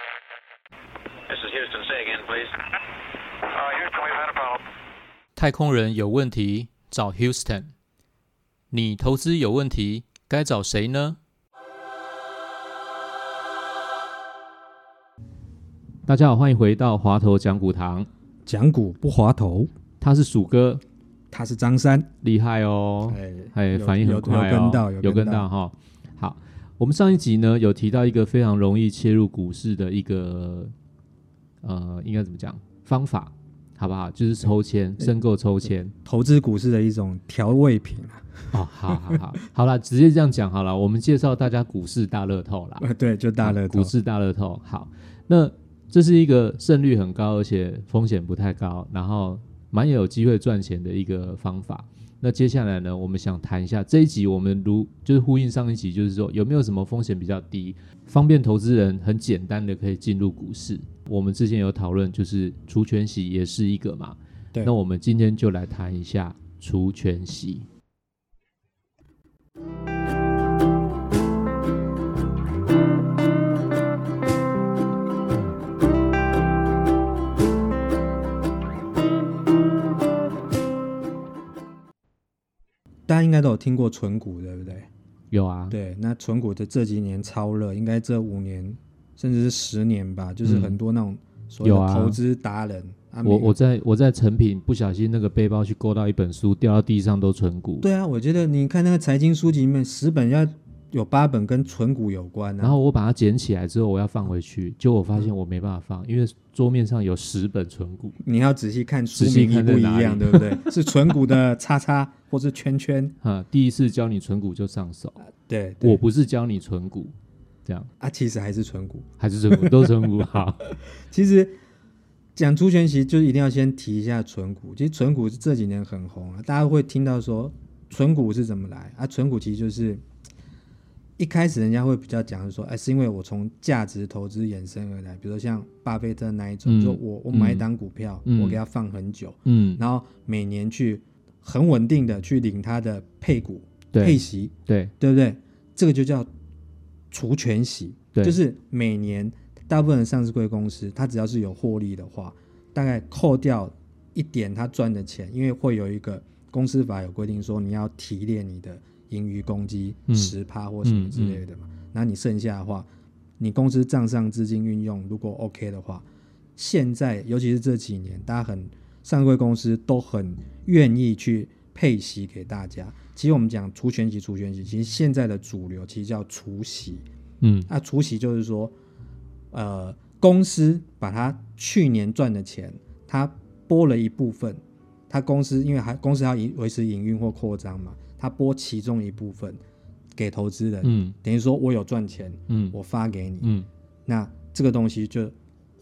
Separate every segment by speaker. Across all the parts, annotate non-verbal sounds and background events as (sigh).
Speaker 1: This is Houston. Say again, please.
Speaker 2: Uh, Houston, we've had a problem.
Speaker 3: 太空人有问题找 Houston，你投资有问题该找谁呢？大家好，欢迎回到华头讲股堂，
Speaker 4: 讲股不滑头，
Speaker 3: 他是鼠哥，
Speaker 4: 他是张三，
Speaker 3: 厉害哦，
Speaker 4: 哎
Speaker 3: 哎，
Speaker 4: 有
Speaker 3: 反应很快
Speaker 4: 有有
Speaker 3: 哦，
Speaker 4: 跟到，
Speaker 3: 有
Speaker 4: 跟
Speaker 3: 跟到，哈。好，我们上一集呢有提到一个非常容易切入股市的一个呃，应该怎么讲方法，好不好？就是抽签，申购抽签。
Speaker 4: 投资股市的一种调味品啊，
Speaker 3: 哦，好好好， (laughs) 好啦，直接这样讲好了。我们介绍大家股市大乐透啦，
Speaker 4: 呃对，就大乐透
Speaker 3: 哎啊股，市大乐透。好，那这是一个胜率很高，而且风险不太高，然后蛮有机会赚钱的一个方法。那接下来呢，我们想谈一下这一集，我们如就是呼应上一集，就是说有没有什么风险比较低，方便投资人很简单的可以进入股市。我们之前有讨论，就是除权息也是一个嘛。
Speaker 4: 对
Speaker 3: 那我们今天就来谈一下除权息。
Speaker 4: 大家应该都有听过存股，对不对？
Speaker 3: 有啊，
Speaker 4: 对，那存股的这几年超热，应该这五年甚至是十年吧，就是
Speaker 3: 嗯
Speaker 4: 很多那种所谓
Speaker 3: 有啊
Speaker 4: 的投资达人，啊
Speaker 3: 我
Speaker 4: 每个
Speaker 3: 我在我在成品不小心那个背包去勾到一本书，掉到地上都存股。
Speaker 4: 对啊，我觉得你看那个财经书籍里面，十本要有八本跟存股有关啊，
Speaker 3: 然后我把它捡起来之后，我要放回去，结果我发
Speaker 4: 嗯
Speaker 3: 现我没办法放，因为桌面上有十本存股。
Speaker 4: 你要仔细看书
Speaker 3: 仔细
Speaker 4: 名一
Speaker 3: 看在
Speaker 4: 不一
Speaker 3: 哪里
Speaker 4: 样，对不对？是存股的叉叉或是圈圈，
Speaker 3: 哈，啊第一次教你存股就上手，
Speaker 4: 对，啊对
Speaker 3: 我不是教你存股，这样
Speaker 4: 啊，其实还是存股。
Speaker 3: 还是存股都存股
Speaker 4: (laughs)
Speaker 3: 好。
Speaker 4: 其实讲除权息，就一定要先提一下存股。其实存股是这几年很红啊，大家会听到说存股是怎么来啊？存股其实就是一开始人家会比较讲说，哎，是因为我从价值投资衍生而来，比如说像巴菲特那一种，
Speaker 3: 嗯
Speaker 4: 就我我买一
Speaker 3: 嗯
Speaker 4: 档股票，
Speaker 3: 嗯
Speaker 4: 我给它放很久，
Speaker 3: 嗯，
Speaker 4: 然后每年去很稳定的去领它的配股配
Speaker 3: 对
Speaker 4: 息，
Speaker 3: 对
Speaker 4: 对不对？这个就叫除权息，
Speaker 3: 对，
Speaker 4: 就是每年大部分的上市贵公司，它只要是有获利的话，大概扣掉一点它赚的钱，因为会有一个公司法有规定说你要提炼你的盈余公积
Speaker 3: 嗯
Speaker 4: 十趴或什么之类的嘛，那、你剩下的话，你公司账上资金运用如果 OK 的话，现在尤其是这几年，大家很上市贵公司都很愿意去配息给大家。其实我们讲除权息，除权息，其实现在的主流其实叫除息，
Speaker 3: 嗯
Speaker 4: 那除息就是说，呃，公司把它去年赚的钱，它拨了一部分，它公司因为还公司要营维持营运或扩张嘛，它拨其中一部分给投资人，
Speaker 3: 嗯
Speaker 4: 等于说我有赚钱，
Speaker 3: 嗯
Speaker 4: 我发给你，
Speaker 3: 嗯
Speaker 4: 那这个东西就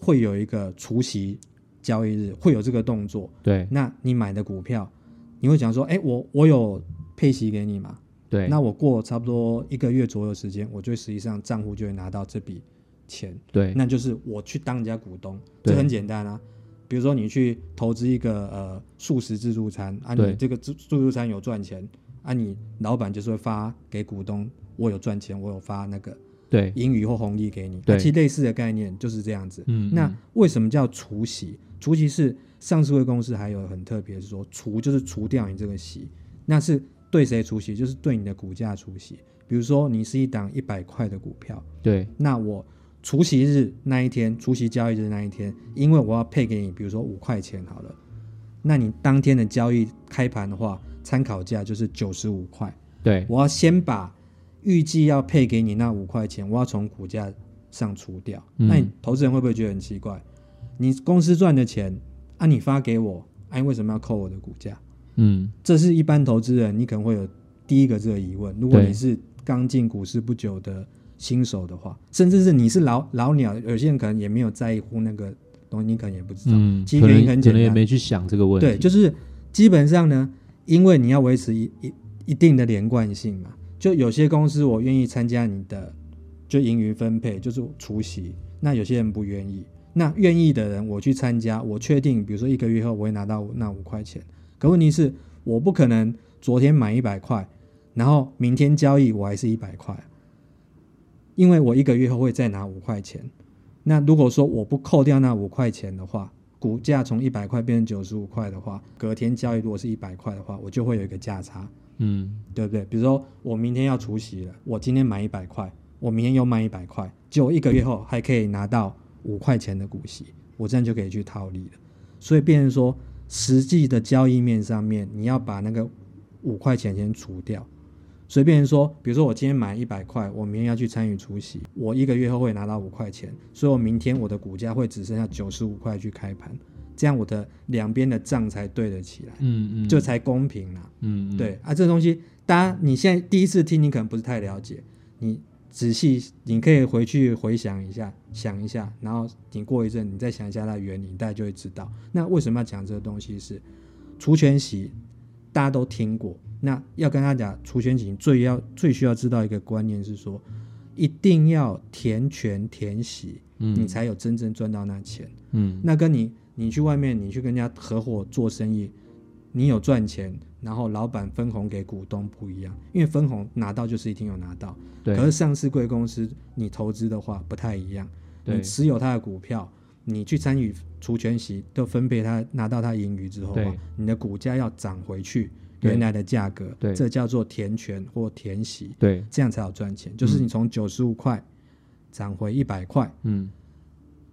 Speaker 4: 会有一个除息交易日，会有这个动作。
Speaker 3: 对
Speaker 4: 那你买的股票，你会讲说，哎，我我有配息给你嘛？
Speaker 3: 对，
Speaker 4: 那我过差不多一个月左右的时间，我就实际上账户就会拿到这笔钱，
Speaker 3: 对
Speaker 4: 那就是我去当人家股东，
Speaker 3: 对
Speaker 4: 这很简单啊。比如说你去投资一个呃素食自助餐啊，
Speaker 3: 对
Speaker 4: 你这个自自助餐有赚钱啊，你老板就是会发给股东，我有赚钱，我有发那个
Speaker 3: 对
Speaker 4: 盈余或红利给你，
Speaker 3: 对
Speaker 4: 啊其实类似的概念就是这样子。
Speaker 3: 嗯
Speaker 4: 那
Speaker 3: 嗯
Speaker 4: 为什么叫除息？除息是上市会公司还有很特别，是说除就是除掉你这个息，那是对谁除息？就是对你的股价除息。比如说你是一档一百块的股票，
Speaker 3: 对
Speaker 4: 那我除息日那一天，除息交易日那一天，因为我要配给你，比如说五块钱好了，那你当天的交易开盘的话，参考价就是九十五块。
Speaker 3: 对
Speaker 4: 我要先把预计要配给你那五块钱，我要从股价上除掉。
Speaker 3: 嗯
Speaker 4: 那你投资人会不会觉得很奇怪？你公司赚的钱啊，你发给我，啊，你为什么要扣我的股价？
Speaker 3: 嗯
Speaker 4: 这是一般投资人你可能会有第一个这个疑问。如果
Speaker 3: 对
Speaker 4: 你是刚进股市不久的新手的话，甚至是你是老老鸟，有些人可能也没有在乎那个东西，你可能也不知道。
Speaker 3: 嗯，
Speaker 4: 其
Speaker 3: 可
Speaker 4: 实原
Speaker 3: 能
Speaker 4: 因很
Speaker 3: 可
Speaker 4: 简
Speaker 3: 能也
Speaker 4: 单，
Speaker 3: 没去想这个问题。
Speaker 4: 对，就是基本上呢，因为你要维持一一一定的连贯性嘛，就有些公司我愿意参加你的就盈余分配，就是除息，那有些人不愿意。那愿意的人，我去参加，我确定，比如说一个月后我会拿到那五块钱。可问题是，我不可能昨天买一百块，然后明天交易我还是一百块，因为我一个月后会再拿五块钱。那如果说我不扣掉那五块钱的话，股价从一百块变成九十五块的话，隔天交易如果是一百块的话，我就会有一个价差，
Speaker 3: 嗯，
Speaker 4: 对不对？比如说我明天要除息了，我今天买一百块，我明天又卖一百块，结果一个月后还可以拿到五块钱的股息，我这样就可以去套利了。所以变成说，实际的交易面上面，你要把那个五块钱先除掉。随便说，比如说我今天买一百块，我明天要去参与除息，我一个月后会拿到五块钱，所以我明天我的股价会只剩下九十五块去开盘，这样我的两边的账才对得起来，
Speaker 3: 嗯嗯，
Speaker 4: 这才公平啦。
Speaker 3: 嗯嗯，
Speaker 4: 对啊，这个东西，大家你现在第一次听，你可能不是太了解，你仔细你可以回去回想一下，想一下，然后你过一阵你再想一下它的原理，你大概就会知道。那为什么要讲这个东西是除权息，大家都听过。那要跟大家讲除权息，最要最需要知道一个观念是说，一定要填权填息，
Speaker 3: 嗯
Speaker 4: 你才有真正赚到那钱。
Speaker 3: 嗯
Speaker 4: 那跟你你去外面你去跟人家合伙做生意，你有赚钱，然后老板分红给股东不一样，因为分红拿到就是一定有拿到。
Speaker 3: 对，
Speaker 4: 可是上市贵公司你投资的话不太一样，
Speaker 3: 对
Speaker 4: 你持有它的股票，你去参与除权息，都分配它拿到它盈余之后啊
Speaker 3: 对，
Speaker 4: 你的股价要涨回去
Speaker 3: 对
Speaker 4: 原来的价格，
Speaker 3: 对
Speaker 4: 这叫做填权或填息，
Speaker 3: 对，
Speaker 4: 这样才有赚钱。就是你从九十五块涨回一百块，
Speaker 3: 嗯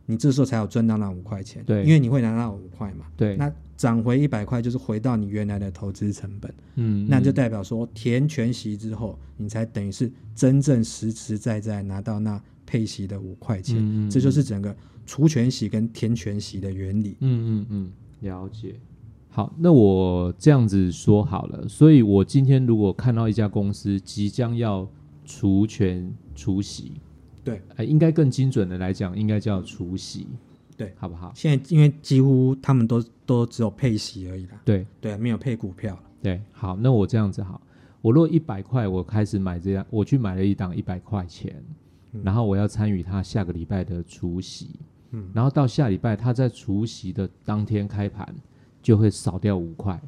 Speaker 4: 你这时候才有赚到那五块钱，
Speaker 3: 对
Speaker 4: 因为你会拿到五块嘛，
Speaker 3: 对
Speaker 4: 那涨回一百块就是回到你原来的投资成本，
Speaker 3: 嗯，
Speaker 4: 那就
Speaker 3: 嗯
Speaker 4: 代表说填全息之后，你才等于是真正实实在在拿到那配息的五块钱，
Speaker 3: 嗯嗯
Speaker 4: 这就是整个除权息跟填全息的原理。
Speaker 3: 嗯嗯嗯，了解。好，那我这样子说好了，所以我今天如果看到一家公司即将要除权除息，
Speaker 4: 对，
Speaker 3: 呃，应该更精准的来讲，应该叫除息，
Speaker 4: 对
Speaker 3: 好不好？
Speaker 4: 现在因为几乎他们都都只有配息而已啦，
Speaker 3: 对
Speaker 4: 对啊，没有配股票了。
Speaker 3: 对，好，那我这样子好，我若一百块，我开始买这样，我去买了一档一百块钱，然后我要参与他下个礼拜的除息，
Speaker 4: 嗯
Speaker 3: 然后到下礼拜他在除息的当天开盘就会少掉五块，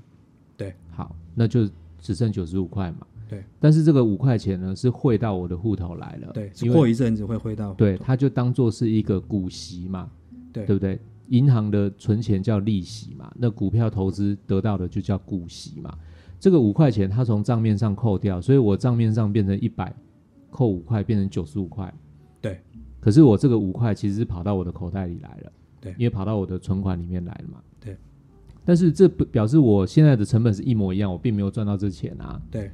Speaker 4: 对，
Speaker 3: 好，那就只剩九十五块嘛。
Speaker 4: 对
Speaker 3: 但是这个五块钱呢，是汇到我的户头来了。
Speaker 4: 对，是
Speaker 3: 呃因
Speaker 4: 过
Speaker 3: 为
Speaker 4: 一阵子会回到
Speaker 3: 对，它就当做是一个股息嘛，
Speaker 4: 对
Speaker 3: 对不对？银行的存钱叫利息嘛，那股票投资得到的就叫股息嘛。这个五块钱它从账面上扣掉，所以我账面上变成一百，扣五块变成九十五块。
Speaker 4: 对，
Speaker 3: 可是我这个五块其实是跑到我的口袋里来了，
Speaker 4: 对
Speaker 3: 因为跑到我的存款里面来了嘛。
Speaker 4: 对，
Speaker 3: 但是这不表示我现在的成本是一模一样，我并没有赚到这钱啊。
Speaker 4: 对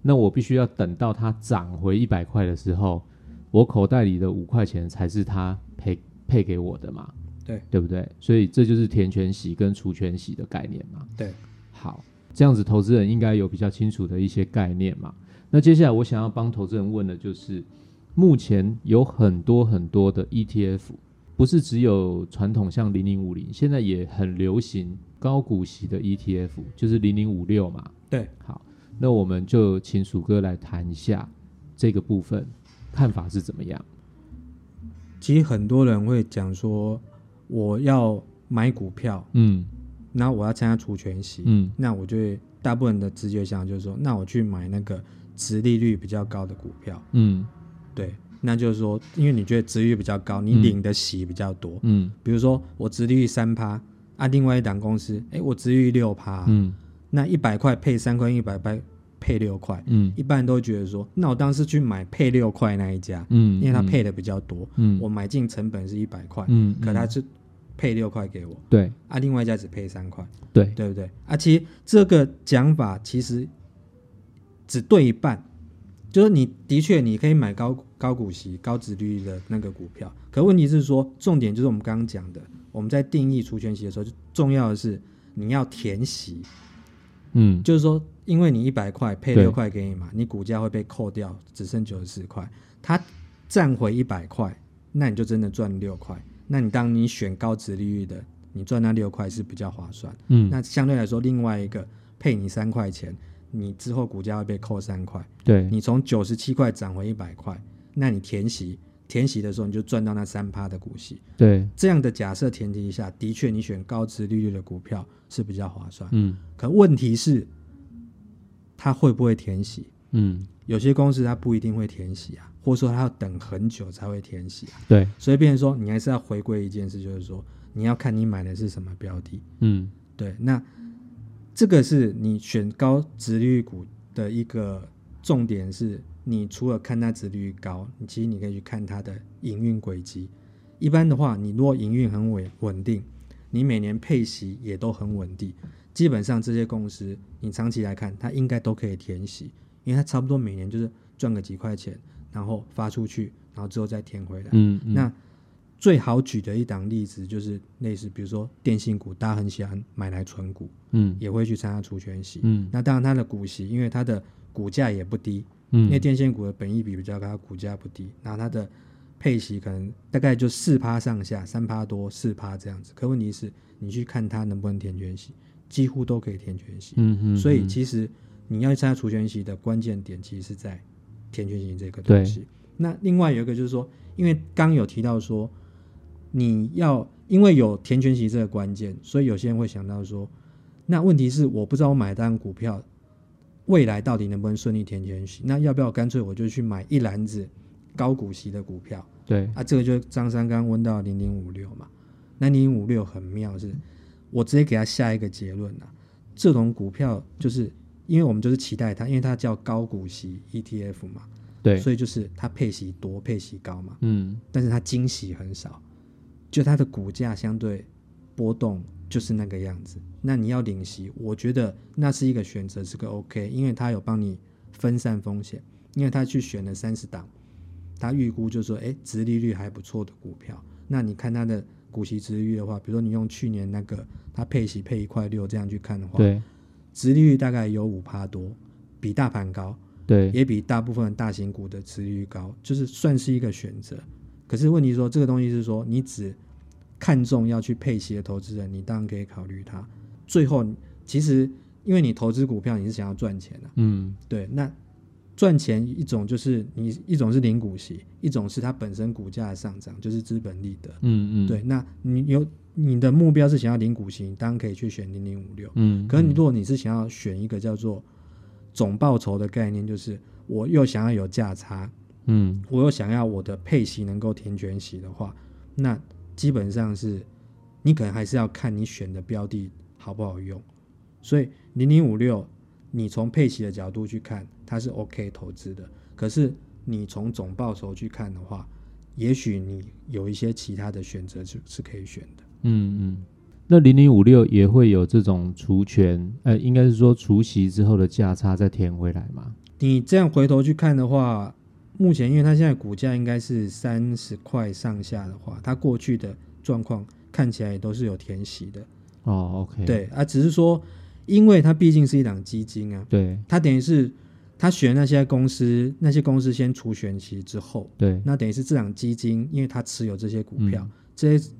Speaker 3: 那我必须要等到它涨回一百块的时候，我口袋里的五块钱才是它配配给我的嘛，
Speaker 4: 对
Speaker 3: 对不对？所以这就是填权息跟除权息的概念嘛。
Speaker 4: 对，
Speaker 3: 好，这样子投资人应该有比较清楚的一些概念嘛。那接下来我想要帮投资人问的就是，目前有很多很多的 ETF，不是只有传统像零零五零，现在也很流行高股息的 ETF，就是零零五六嘛。
Speaker 4: 对，
Speaker 3: 好，那我们就请鼠哥来谈一下这个部分看法是怎么样。
Speaker 4: 其实很多人会讲说我要买股票，
Speaker 3: 嗯
Speaker 4: 然后我要参加除权息，
Speaker 3: 嗯
Speaker 4: 那我就会大部分的直觉想法就是说，那我去买那个值利率比较高的股票，
Speaker 3: 嗯
Speaker 4: 对，那就是说，因为你觉得值利率比较高，你
Speaker 3: 嗯
Speaker 4: 领的息比较多。
Speaker 3: 嗯
Speaker 4: 比如说我值利率三趴，啊，另外一档公司，哎，我值利率六趴，
Speaker 3: 嗯
Speaker 4: 那一百块配三块，一百块配六块，
Speaker 3: 嗯
Speaker 4: 一般人都会觉得说，那我当时去买配六块那一家，
Speaker 3: 嗯，
Speaker 4: 因为它配的比较多，
Speaker 3: 嗯
Speaker 4: 我买进成本是一百块，
Speaker 3: 嗯，
Speaker 4: 可它
Speaker 3: 嗯
Speaker 4: 是配六块给我，
Speaker 3: 对
Speaker 4: 啊，另外一家只配三块。
Speaker 3: 对
Speaker 4: 对不对？啊，其实这个讲法其实只对一半，就是你的确你可以买高高股息、高值利率的那个股票，可问题是说，重点就是我们刚刚讲的，我们在定义除权息的时候，就重要的是你要填息，
Speaker 3: 嗯
Speaker 4: 就是说，因为你一百块配
Speaker 3: 对
Speaker 4: 六块给你嘛，你股价会被扣掉，只剩九十四块，它站回一百块，那你就真的赚六块。那你当你选高值利率的，你赚那六块是比较划算。
Speaker 3: 嗯
Speaker 4: 那相对来说，另外一个配你三块钱，你之后股价会被扣三块，
Speaker 3: 对
Speaker 4: 你从九十七块涨回一百块，那你填息，填息的时候你就赚到那三趴的股息。
Speaker 3: 对
Speaker 4: 这样的假设前提下，的确你选高值利率的股票是比较划算。
Speaker 3: 嗯
Speaker 4: 可问题是，它会不会填息？
Speaker 3: 嗯，
Speaker 4: 有些公司它不一定会填息啊，或者说它要等很久才会填息啊。
Speaker 3: 对，
Speaker 4: 所以，变成说你还是要回归一件事，就是说你要看你买的是什么标的。
Speaker 3: 嗯
Speaker 4: 对，那这个是你选高值率股的一个重点是，你除了看它值率高，你其实你可以去看它的营运轨迹。一般的话，你如果营运很稳稳定，你每年配息也都很稳定，基本上这些公司你长期来看，它应该都可以填息，因为它差不多每年就是赚个几块钱，然后发出去，然后之后再填回来。
Speaker 3: 嗯，嗯
Speaker 4: 那最好举的一档例子就是类似，比如说电信股，大家很喜欢买来存股，
Speaker 3: 嗯
Speaker 4: 也会去参加除权息。
Speaker 3: 嗯
Speaker 4: 那当然它的股息，因为它的股价也不低，因为
Speaker 3: 嗯
Speaker 4: 电线股的本益比比较高，它股价不低，然后它的配息可能大概就四趴上下，三趴多四趴这样子。可问题是，你去看它能不能填全息，几乎都可以填全息。
Speaker 3: 嗯嗯，
Speaker 4: 所以
Speaker 3: 嗯
Speaker 4: 其实你要参加除权息的关键点，其实是在填权息这个
Speaker 3: 对
Speaker 4: 东西。那另外有一个就是说，因为刚有提到说，你要因为有填权息这个关键，所以有些人会想到说，那问题是我不知道我买单股票未来到底能不能顺利填权息，那要不要干脆我就去买一篮子高股息的股票？
Speaker 3: 对，
Speaker 4: 啊，这个就是张三刚刚问到零零五六嘛，那零零五六很妙是，我直接给他下一个结论啊，这种股票就是因为我们就是期待它，因为它叫高股息 ETF 嘛，
Speaker 3: 对，
Speaker 4: 所以就是它配息多，配息高嘛，
Speaker 3: 嗯
Speaker 4: 但是它惊喜很少，就它的股价相对波动就是那个样子。那你要领息，我觉得那是一个选择，是个 OK，因为它有帮你分散风险，因为它去选了三十档，它预估就说，哎，殖利率还不错的股票。那你看它的股息殖利率的话，比如说你用去年那个它配息配一块六这样去看的话，
Speaker 3: 对
Speaker 4: 殖利率大概有五趴多，比大盘高。
Speaker 3: 对，
Speaker 4: 也比大部分大型股的持率高，就是算是一个选择。可是问题是说，这个东西是说你只看重要去配息的投资人，你当然可以考虑它。最后，其实因为你投资股票，你是想要赚钱啊，
Speaker 3: 嗯
Speaker 4: 对，那赚钱一种就是你一种是领股息，一种是它本身股价的上涨，就是资本利得。
Speaker 3: 嗯嗯，
Speaker 4: 对，，那你有你的目标是想要领股息，你当然可以去选零零五六。
Speaker 3: 嗯，
Speaker 4: 可是你如果你是想要选一个叫做总报酬的概念，就是我又想要有价差，
Speaker 3: 嗯
Speaker 4: 我又想要我的配息能够填全息的话，那基本上是你可能还是要看你选的标的好不好用。所以零零五六，你从配息的角度去看，它是 OK 投资的。可是你从总报酬去看的话，也许你有一些其他的选择是是可以选的。
Speaker 3: 嗯嗯，那零零五六也会有这种除权，呃，应该是说除息之后的价差再填回来嘛？
Speaker 4: 你这样回头去看的话，目前因为它现在股价应该是三十块上下的话，它过去的状况看起来也都是有填息的，
Speaker 3: 哦，OK，
Speaker 4: 对啊，只是说，因为它毕竟是一档基金啊，
Speaker 3: 对
Speaker 4: 它等于是它选那些公司，那些公司先除选息之后，
Speaker 3: 对，
Speaker 4: 那等于是这档基金，因为它持有这些股票，这些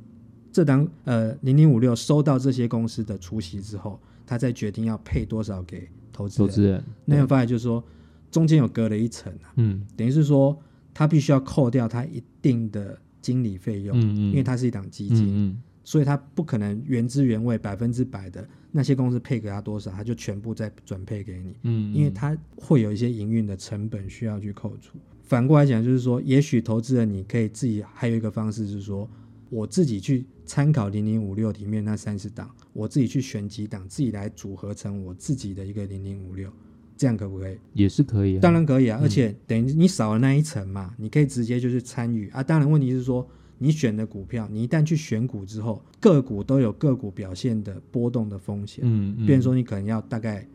Speaker 4: 这档呃零零五六收到这些公司的除息之后，它再决定要配多少给投资
Speaker 3: 投
Speaker 4: 人。
Speaker 3: 资人，
Speaker 4: 那有发现就是说，中间有隔了一层啊，
Speaker 3: 嗯
Speaker 4: 等于是说它必须要扣掉它一定的经理费用，
Speaker 3: 嗯嗯，
Speaker 4: 因为它是一档基金，
Speaker 3: 嗯嗯
Speaker 4: 所以它不可能原汁原味百分之百的那些公司配给它多少，它就全部再转配给你，
Speaker 3: 嗯，
Speaker 4: 因为它会有一些营运的成本需要去扣除。反过来讲，就是说，也许投资人你可以自己还有一个方式是说，我自己去参考零零五六里面那三十档，我自己去选几档，自己来组合成我自己的一个零零五六，这样可不可以？
Speaker 3: 也是可以啊，
Speaker 4: 当然可以啊，而且等于你少了那一层嘛，你可以直接就是参与啊。当然，问题是说你选的股票，你一旦去选股之后，个股都有个股表现的波动的风险，
Speaker 3: 嗯，嗯，
Speaker 4: 变成说你可能要大概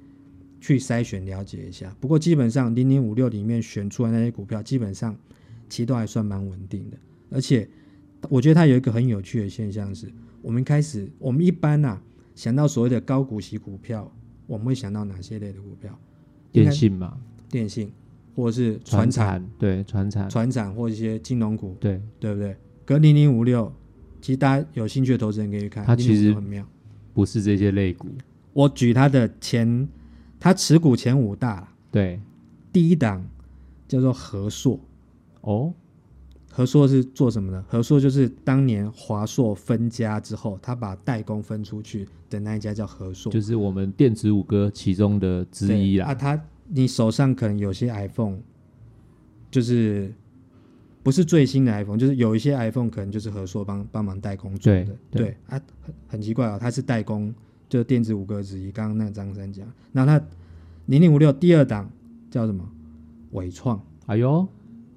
Speaker 4: 去筛选了解一下。不过基本上零零五六里面选出来那些股票，基本上其实都还算蛮稳定的。而且我觉得它有一个很有趣的现象是，我们开始我们一般呐、想到所谓的高股息股票，我们会想到哪些类的股票？应
Speaker 3: 电
Speaker 4: 该
Speaker 3: 信嘛，
Speaker 4: 电信，或者是
Speaker 3: 传
Speaker 4: 船产、
Speaker 3: 产，对，传产，
Speaker 4: 船产或一些金融股，
Speaker 3: 对，
Speaker 4: 对不对？格零零五六，其实大家有兴趣的投资人可以去看，
Speaker 3: 它其实
Speaker 4: 0056很妙。
Speaker 3: 不是这些类股，
Speaker 4: 我举它的前，它持股前五大啦，
Speaker 3: 对，
Speaker 4: 第一档叫做和硕，
Speaker 3: 哦，
Speaker 4: 和硕是做什么呢？和硕就是当年华硕分家之后，他把代工分出去的那一家叫和硕，
Speaker 3: 就是我们电子五哥其中的之
Speaker 4: 对
Speaker 3: 一
Speaker 4: 啊，
Speaker 3: 啦，
Speaker 4: 它你手上可能有些 iPhone，就是不是最新的 iPhone，就是有一些 iPhone 可能就是合硕帮帮忙代工做的。
Speaker 3: 对
Speaker 4: 对啊，很很奇怪哦，它是代工，就是电子五哥之一。刚刚那个张三讲，然后它零零五六第二档叫什么？伟创
Speaker 3: 哎呦，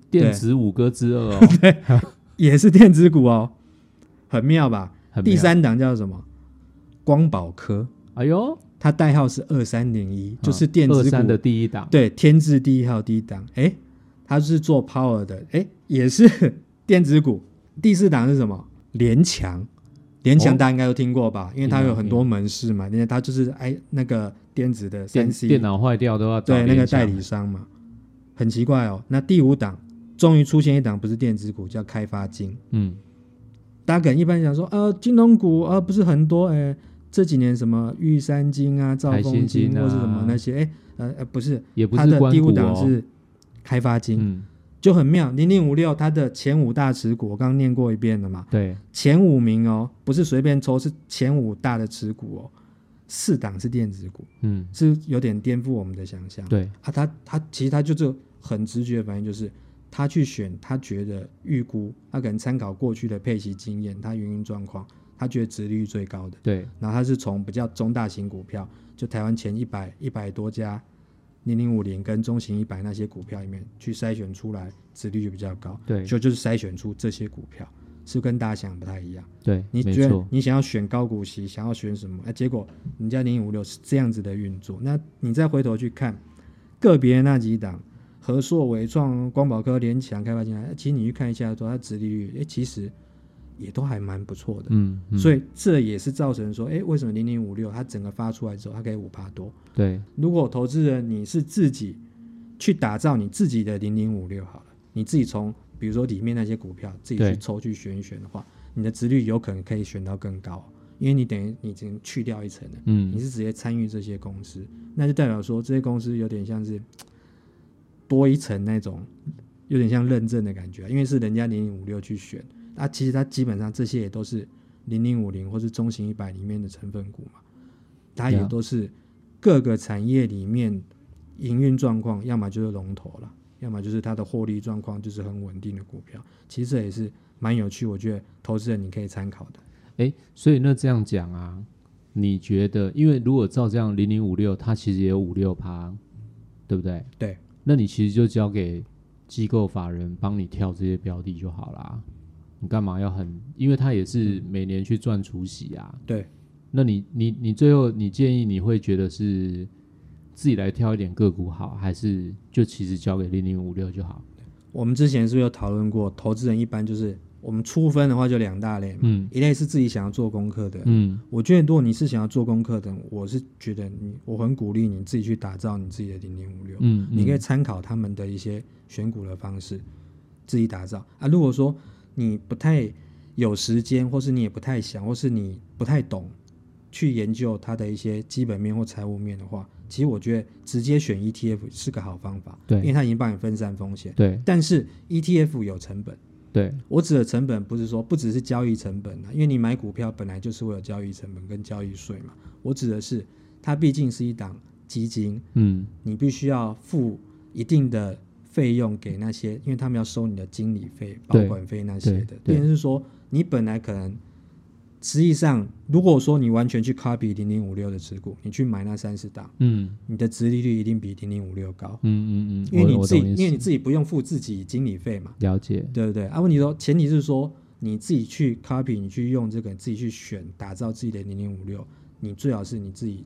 Speaker 3: 电子五哥之二哦，
Speaker 4: 也是电子股哦，很妙吧？
Speaker 3: (laughs) 很
Speaker 4: 第
Speaker 3: 妙，
Speaker 4: 三档叫什么？光宝科，
Speaker 3: 哎呦，
Speaker 4: 它代号是二三零一，就是电
Speaker 3: 啊二
Speaker 4: 子股
Speaker 3: 三的第一档，
Speaker 4: 对，天字第一号第一档，哎，它是做 power 的，哎，也是 (laughs) 电子股。第四档是什么？联强，联
Speaker 3: 哦
Speaker 4: 强
Speaker 3: 啊
Speaker 4: 大家应该都听过吧？因为它
Speaker 3: 有
Speaker 4: 有很多门市嘛，因为它就是哎那个电子的
Speaker 3: 电
Speaker 4: 三 C
Speaker 3: 电脑坏掉都要找
Speaker 4: 对那个
Speaker 3: 联想
Speaker 4: 代理商嘛，很奇怪哦。那第五档终于出现一档不是电子股，叫开发金。
Speaker 3: 嗯，
Speaker 4: 大家可能一般想说，呃，金融股啊、呃不是很多，哎、这几年什么玉山金啊、兆
Speaker 3: 台
Speaker 4: 丰
Speaker 3: 新
Speaker 4: 金
Speaker 3: 金啊
Speaker 4: 或是什么那些，哎、呃呃不是，
Speaker 3: 也不
Speaker 4: 它
Speaker 3: 是
Speaker 4: 的
Speaker 3: 关
Speaker 4: 第
Speaker 3: 谷
Speaker 4: 五档
Speaker 3: 哦，
Speaker 4: 是开发金，
Speaker 3: 嗯，
Speaker 4: 就很妙，零零五六它的前五大持股，我刚刚念过一遍了嘛，
Speaker 3: 对，
Speaker 4: 前五名哦，不是随便抽，是前五大的持股哦，四档是电子股，
Speaker 3: 嗯，
Speaker 4: 是有点颠覆我们的想象。
Speaker 3: 对，
Speaker 4: 啊，他他其实他就是很直觉的反应，就是他去选他觉得预估，他可能参考过去的配息经验，他云云状况，他觉得值率最高的，
Speaker 3: 对，
Speaker 4: 然后他是从比较中大型股票，就台湾前一百一百多家零零五零跟中型一百那些股票里面去筛选出来，值率就比较高，
Speaker 3: 对
Speaker 4: 就就是筛选出这些股票，是不是跟大家想的不太一样。
Speaker 3: 对，
Speaker 4: 你
Speaker 3: 没
Speaker 4: 觉得
Speaker 3: 错，
Speaker 4: 你想要选高股息，想要选什么？哎、结果人家零零五六是这样子的运作。那你再回头去看个别那几档，和硕、伟创、光宝科、联强、开发进来，哎其实你去看一下说它殖利率，哎、其实也都还蛮不错的。
Speaker 3: 嗯，嗯
Speaker 4: 所以这也是造成说，哎、为什么零零五六它整个发出来之后，它可以五趴多？
Speaker 3: 对，
Speaker 4: 如果投资人你是自己去打造你自己的零零五六好了，你自己从比如说里面那些股票自己去
Speaker 3: 对
Speaker 4: 抽去选一选的话，你的值率有可能可以选到更高，因为你等于你已经去掉一层了，你
Speaker 3: 嗯，
Speaker 4: 是直接参与这些公司，那就代表说这些公司有点像是多一层那种，有点像认证的感觉，因为是人家零零五六去选，那、其实它基本上这些也都是零零五零或是中型一百里面的成分股嘛，它也
Speaker 3: 对啊
Speaker 4: 都是各个产业里面营运状况，要么就是龙头了，要么就是它的获利状况就是很稳定的股票，其实这也是蛮有趣，我觉得投资人你可以参考的。
Speaker 3: 哎，所以那这样讲啊，你觉得，因为如果照这样零零五六，它其实也有五六趴，对不对？
Speaker 4: 对，
Speaker 3: 那你其实就交给机构法人帮你挑这些标的就好啦。你干嘛要很？因为他也是每年去赚除息啊。
Speaker 4: 对。
Speaker 3: 那你你你最后你建议你会觉得是自己来挑一点个股好，还是就其实交给零零五六就好？
Speaker 4: 我们之前是不是有讨论过，投资人一般就是我们粗分的话就两大类嘛，
Speaker 3: 嗯
Speaker 4: 一类是自己想要做功课的。
Speaker 3: 嗯，
Speaker 4: 我觉得如果你是想要做功课的，我是觉得你，我很鼓励你自己去打造你自己的零零五六，
Speaker 3: 嗯
Speaker 4: 你可以参考他们的一些选股的方式，自己打造啊。如果说你不太有时间，或是你也不太想，或是你不太懂去研究它的一些基本面或财务面的话，其实我觉得直接选 ETF 是个好方法，
Speaker 3: 对
Speaker 4: 因为它已经帮你分散风险。
Speaker 3: 对
Speaker 4: 但是 ETF 有成本，
Speaker 3: 对
Speaker 4: 我指的成本不是说不只是交易成本啊，因为你买股票本来就是会有交易成本跟交易税嘛。我指的是它毕竟是一档基金，
Speaker 3: 嗯
Speaker 4: 你必须要付一定的费用给那些，因为他们要收你的经理费、保
Speaker 3: 对
Speaker 4: 管费那些的
Speaker 3: 对。对
Speaker 4: 变成是说，你本来可能实际上，如果说你完全去 copy 零零五六的持股，你去买那三十档，
Speaker 3: 嗯
Speaker 4: 你的殖利率一定比零零五六高
Speaker 3: 嗯，嗯嗯，
Speaker 4: 因为
Speaker 3: 我
Speaker 4: 你
Speaker 3: 我
Speaker 4: 自己
Speaker 3: 懂意思
Speaker 4: 因为你自己不用付自己经理费嘛。
Speaker 3: 了解，
Speaker 4: 对不对？啊，问题说，前提是说你自己去 copy，你去用这个，自己去选，打造自己的零零五六，你最好是你自己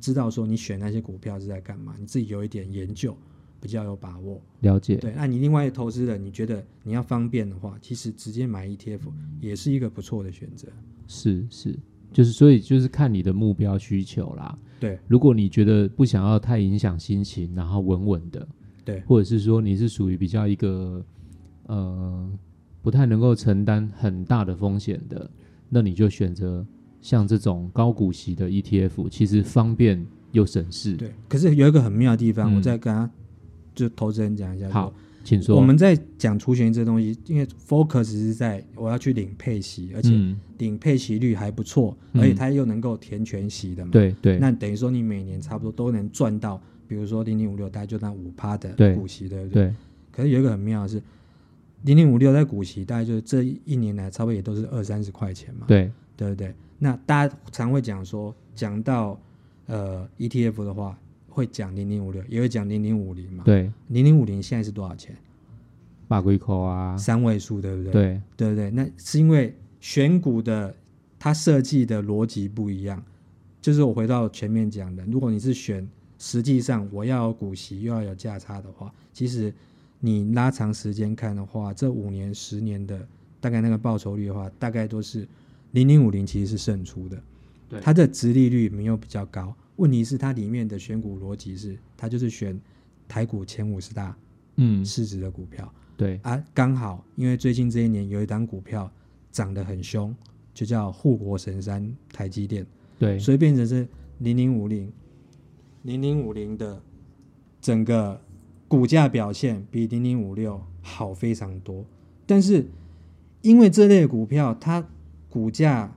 Speaker 4: 知道说你选那些股票是在干嘛，你自己有一点研究，比较有把握。
Speaker 3: 了解，
Speaker 4: 对，那你另外投资人，你觉得你要方便的话，其实直接买 ETF 也是一个不错的选择。
Speaker 3: 是是，就是所以就是看你的目标需求啦。
Speaker 4: 对
Speaker 3: 如果你觉得不想要太影响心情，然后稳稳的，
Speaker 4: 对
Speaker 3: 或者是说你是属于比较一个呃不太能够承担很大的风险的，那你就选择像这种高股息的 ETF，其实方便又省事。，
Speaker 4: 对，可是有一个很妙的地方，
Speaker 3: 嗯
Speaker 4: 我再跟他就投资人讲一下。
Speaker 3: 好，，请说。
Speaker 4: 我们在讲除权这东西，因为 focus 是在我要去领配息，而且
Speaker 3: 嗯，
Speaker 4: 领配息率还不错，
Speaker 3: 嗯
Speaker 4: 而且它又能够填全息的嘛。，
Speaker 3: 对对，
Speaker 4: 那等于说你每年差不多都能赚到，比如说零零五六，大概就那五趴的
Speaker 3: 对
Speaker 4: 股息，对不对？
Speaker 3: 对，
Speaker 4: 可是有一个很妙的是，零零五六在股息大概就是这一年来差不多也都是二三十块钱嘛，
Speaker 3: 对，
Speaker 4: 对不对？那大家常会讲说，讲到呃 ETF 的话，会讲零零五六，也会讲零零五零嘛。
Speaker 3: 对，
Speaker 4: 零零五零现在是多少钱？
Speaker 3: 马龟口啊，
Speaker 4: 三位数，对不对？
Speaker 3: 对，
Speaker 4: 对不对？那是因为选股的它设计的逻辑不一样，就是我回到前面讲的，如果你是选实际上我要有股息又要有价差的话，其实你拉长时间看的话，这五年、十年的大概那个报酬率的话，大概都是零零五零其实是胜出的，
Speaker 3: 对
Speaker 4: 它的殖利率没有比较高，问题是它里面的选股逻辑是它就是选台股前五十大
Speaker 3: 嗯，
Speaker 4: 市值的股票。
Speaker 3: 对，
Speaker 4: 啊，刚好因为最近这一年有一档股票涨得很凶，就叫护国神山台积电，
Speaker 3: 对，
Speaker 4: 所以变成是零零五零，零零五零的整个股价表现比零零五六好非常多。但是因为这类股票它股价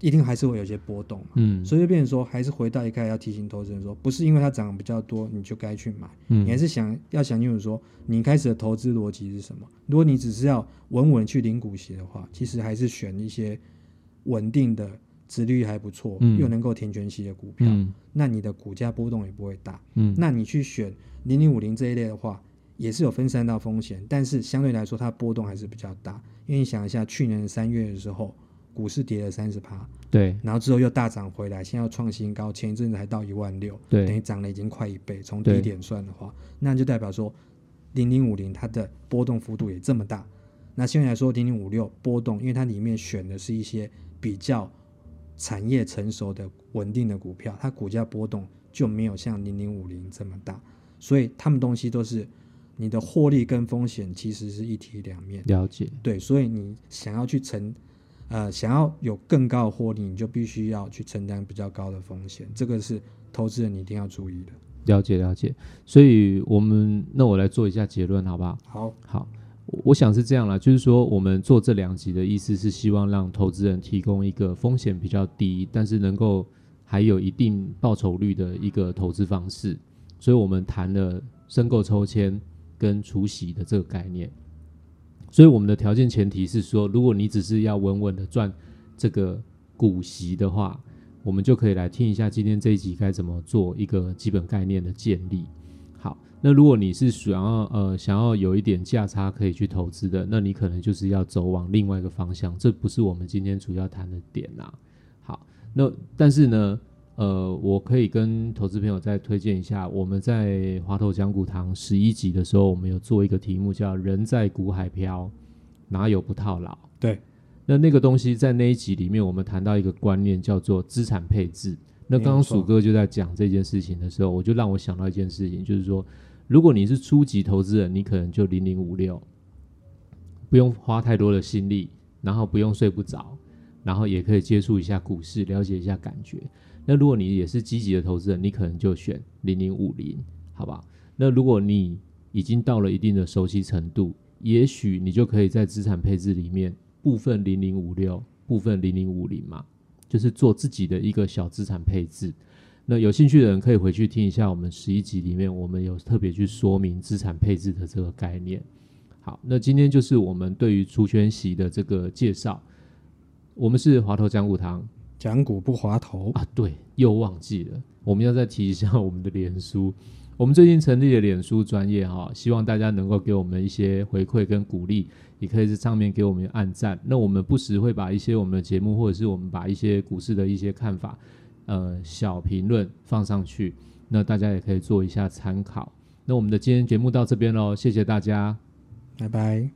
Speaker 4: 一定还是会有一些波动嘛，
Speaker 3: 嗯，
Speaker 4: 所以就变成说还是回到一开始要提醒投资人说，不是因为它涨得比较多你就该去买。
Speaker 3: 嗯
Speaker 4: 你还是想要想清楚说，你开始的投资逻辑是什么？如果你只是要稳稳去领股息的话，其实还是选一些稳定的、值率还不错、
Speaker 3: 嗯
Speaker 4: 又能够填全息的股票，
Speaker 3: 嗯
Speaker 4: 那你的股价波动也不会大。
Speaker 3: 嗯，
Speaker 4: 那你去选零零五零这一类的话，也是有分散到风险，但是相对来说它波动还是比较大。因为你想一下，去年三月的时候，股市跌了三十趴，
Speaker 3: 对
Speaker 4: 然后之后又大涨回来，现在又创新高，前一阵子还到一万六，
Speaker 3: 对
Speaker 4: 等于涨了已经快一倍。从
Speaker 3: 对
Speaker 4: 低点算的话，那就代表说零零五零它的波动幅度也这么大。那现在来说零零五六波动，因为它里面选的是一些比较产业成熟的稳定的股票，它股价波动就没有像零零五零这么大，所以他们东西都是你的获利跟风险其实是一体两面。
Speaker 3: 了解，
Speaker 4: 对，所以你想要去承，呃，想要有更高的获利，你就必须要去承担比较高的风险，这个是投资人你一定要注意的。
Speaker 3: 了解，了解。所以我们那我来做一下结论，好不好？
Speaker 4: 好，
Speaker 3: 好，我我想是这样啦，就是说我们做这两集的意思是希望让投资人提供一个风险比较低，但是能够还有一定报酬率的一个投资方式。所以我们谈了申购抽签跟除息的这个概念。所以我们的条件前提是说，如果你只是要稳稳的赚这个股息的话，我们就可以来听一下今天这一集该怎么做一个基本概念的建立。好，那如果你是想要呃想要有一点价差可以去投资的，那你可能就是要走往另外一个方向，这不是我们今天主要谈的点啦、好，那但是呢，呃，我可以跟投资朋友再推荐一下，我们在华头讲股堂十一集的时候，我们有做一个题目叫“人在股海飘，哪有不套牢”。
Speaker 4: 对，
Speaker 3: 那那个东西在那一集里面，我们谈到一个观念叫做资产配置。那刚刚
Speaker 4: 没错
Speaker 3: 鼠哥就在讲这件事情的时候，我就让我想到一件事情，就是说，如果你是初级投资人，你可能就零零五六，不用花太多的心力，然后不用睡不着，然后也可以接触一下股市，了解一下感觉。那如果你也是积极的投资人，你可能就选零零五零，好吧？那如果你已经到了一定的熟悉程度，也许你就可以在资产配置里面部分零零五六，部分零零五零嘛，就是做自己的一个小资产配置。那有兴趣的人可以回去听一下我们十一集里面，我们有特别去说明资产配置的这个概念。好，那今天就是我们对于除权息的这个介绍。我们是华头讲股堂，
Speaker 4: 讲股不滑头，
Speaker 3: 啊，对，又忘记了，我们要再提一下我们的脸书。我们最近成立了脸书专业哈、希望大家能够给我们一些回馈跟鼓励，也可以在上面给我们按赞。那我们不时会把一些我们的节目，或者是我们把一些股市的一些看法，呃，小评论放上去，那大家也可以做一下参考。那我们的今天节目到这边喽，谢谢大家。
Speaker 4: 拜拜。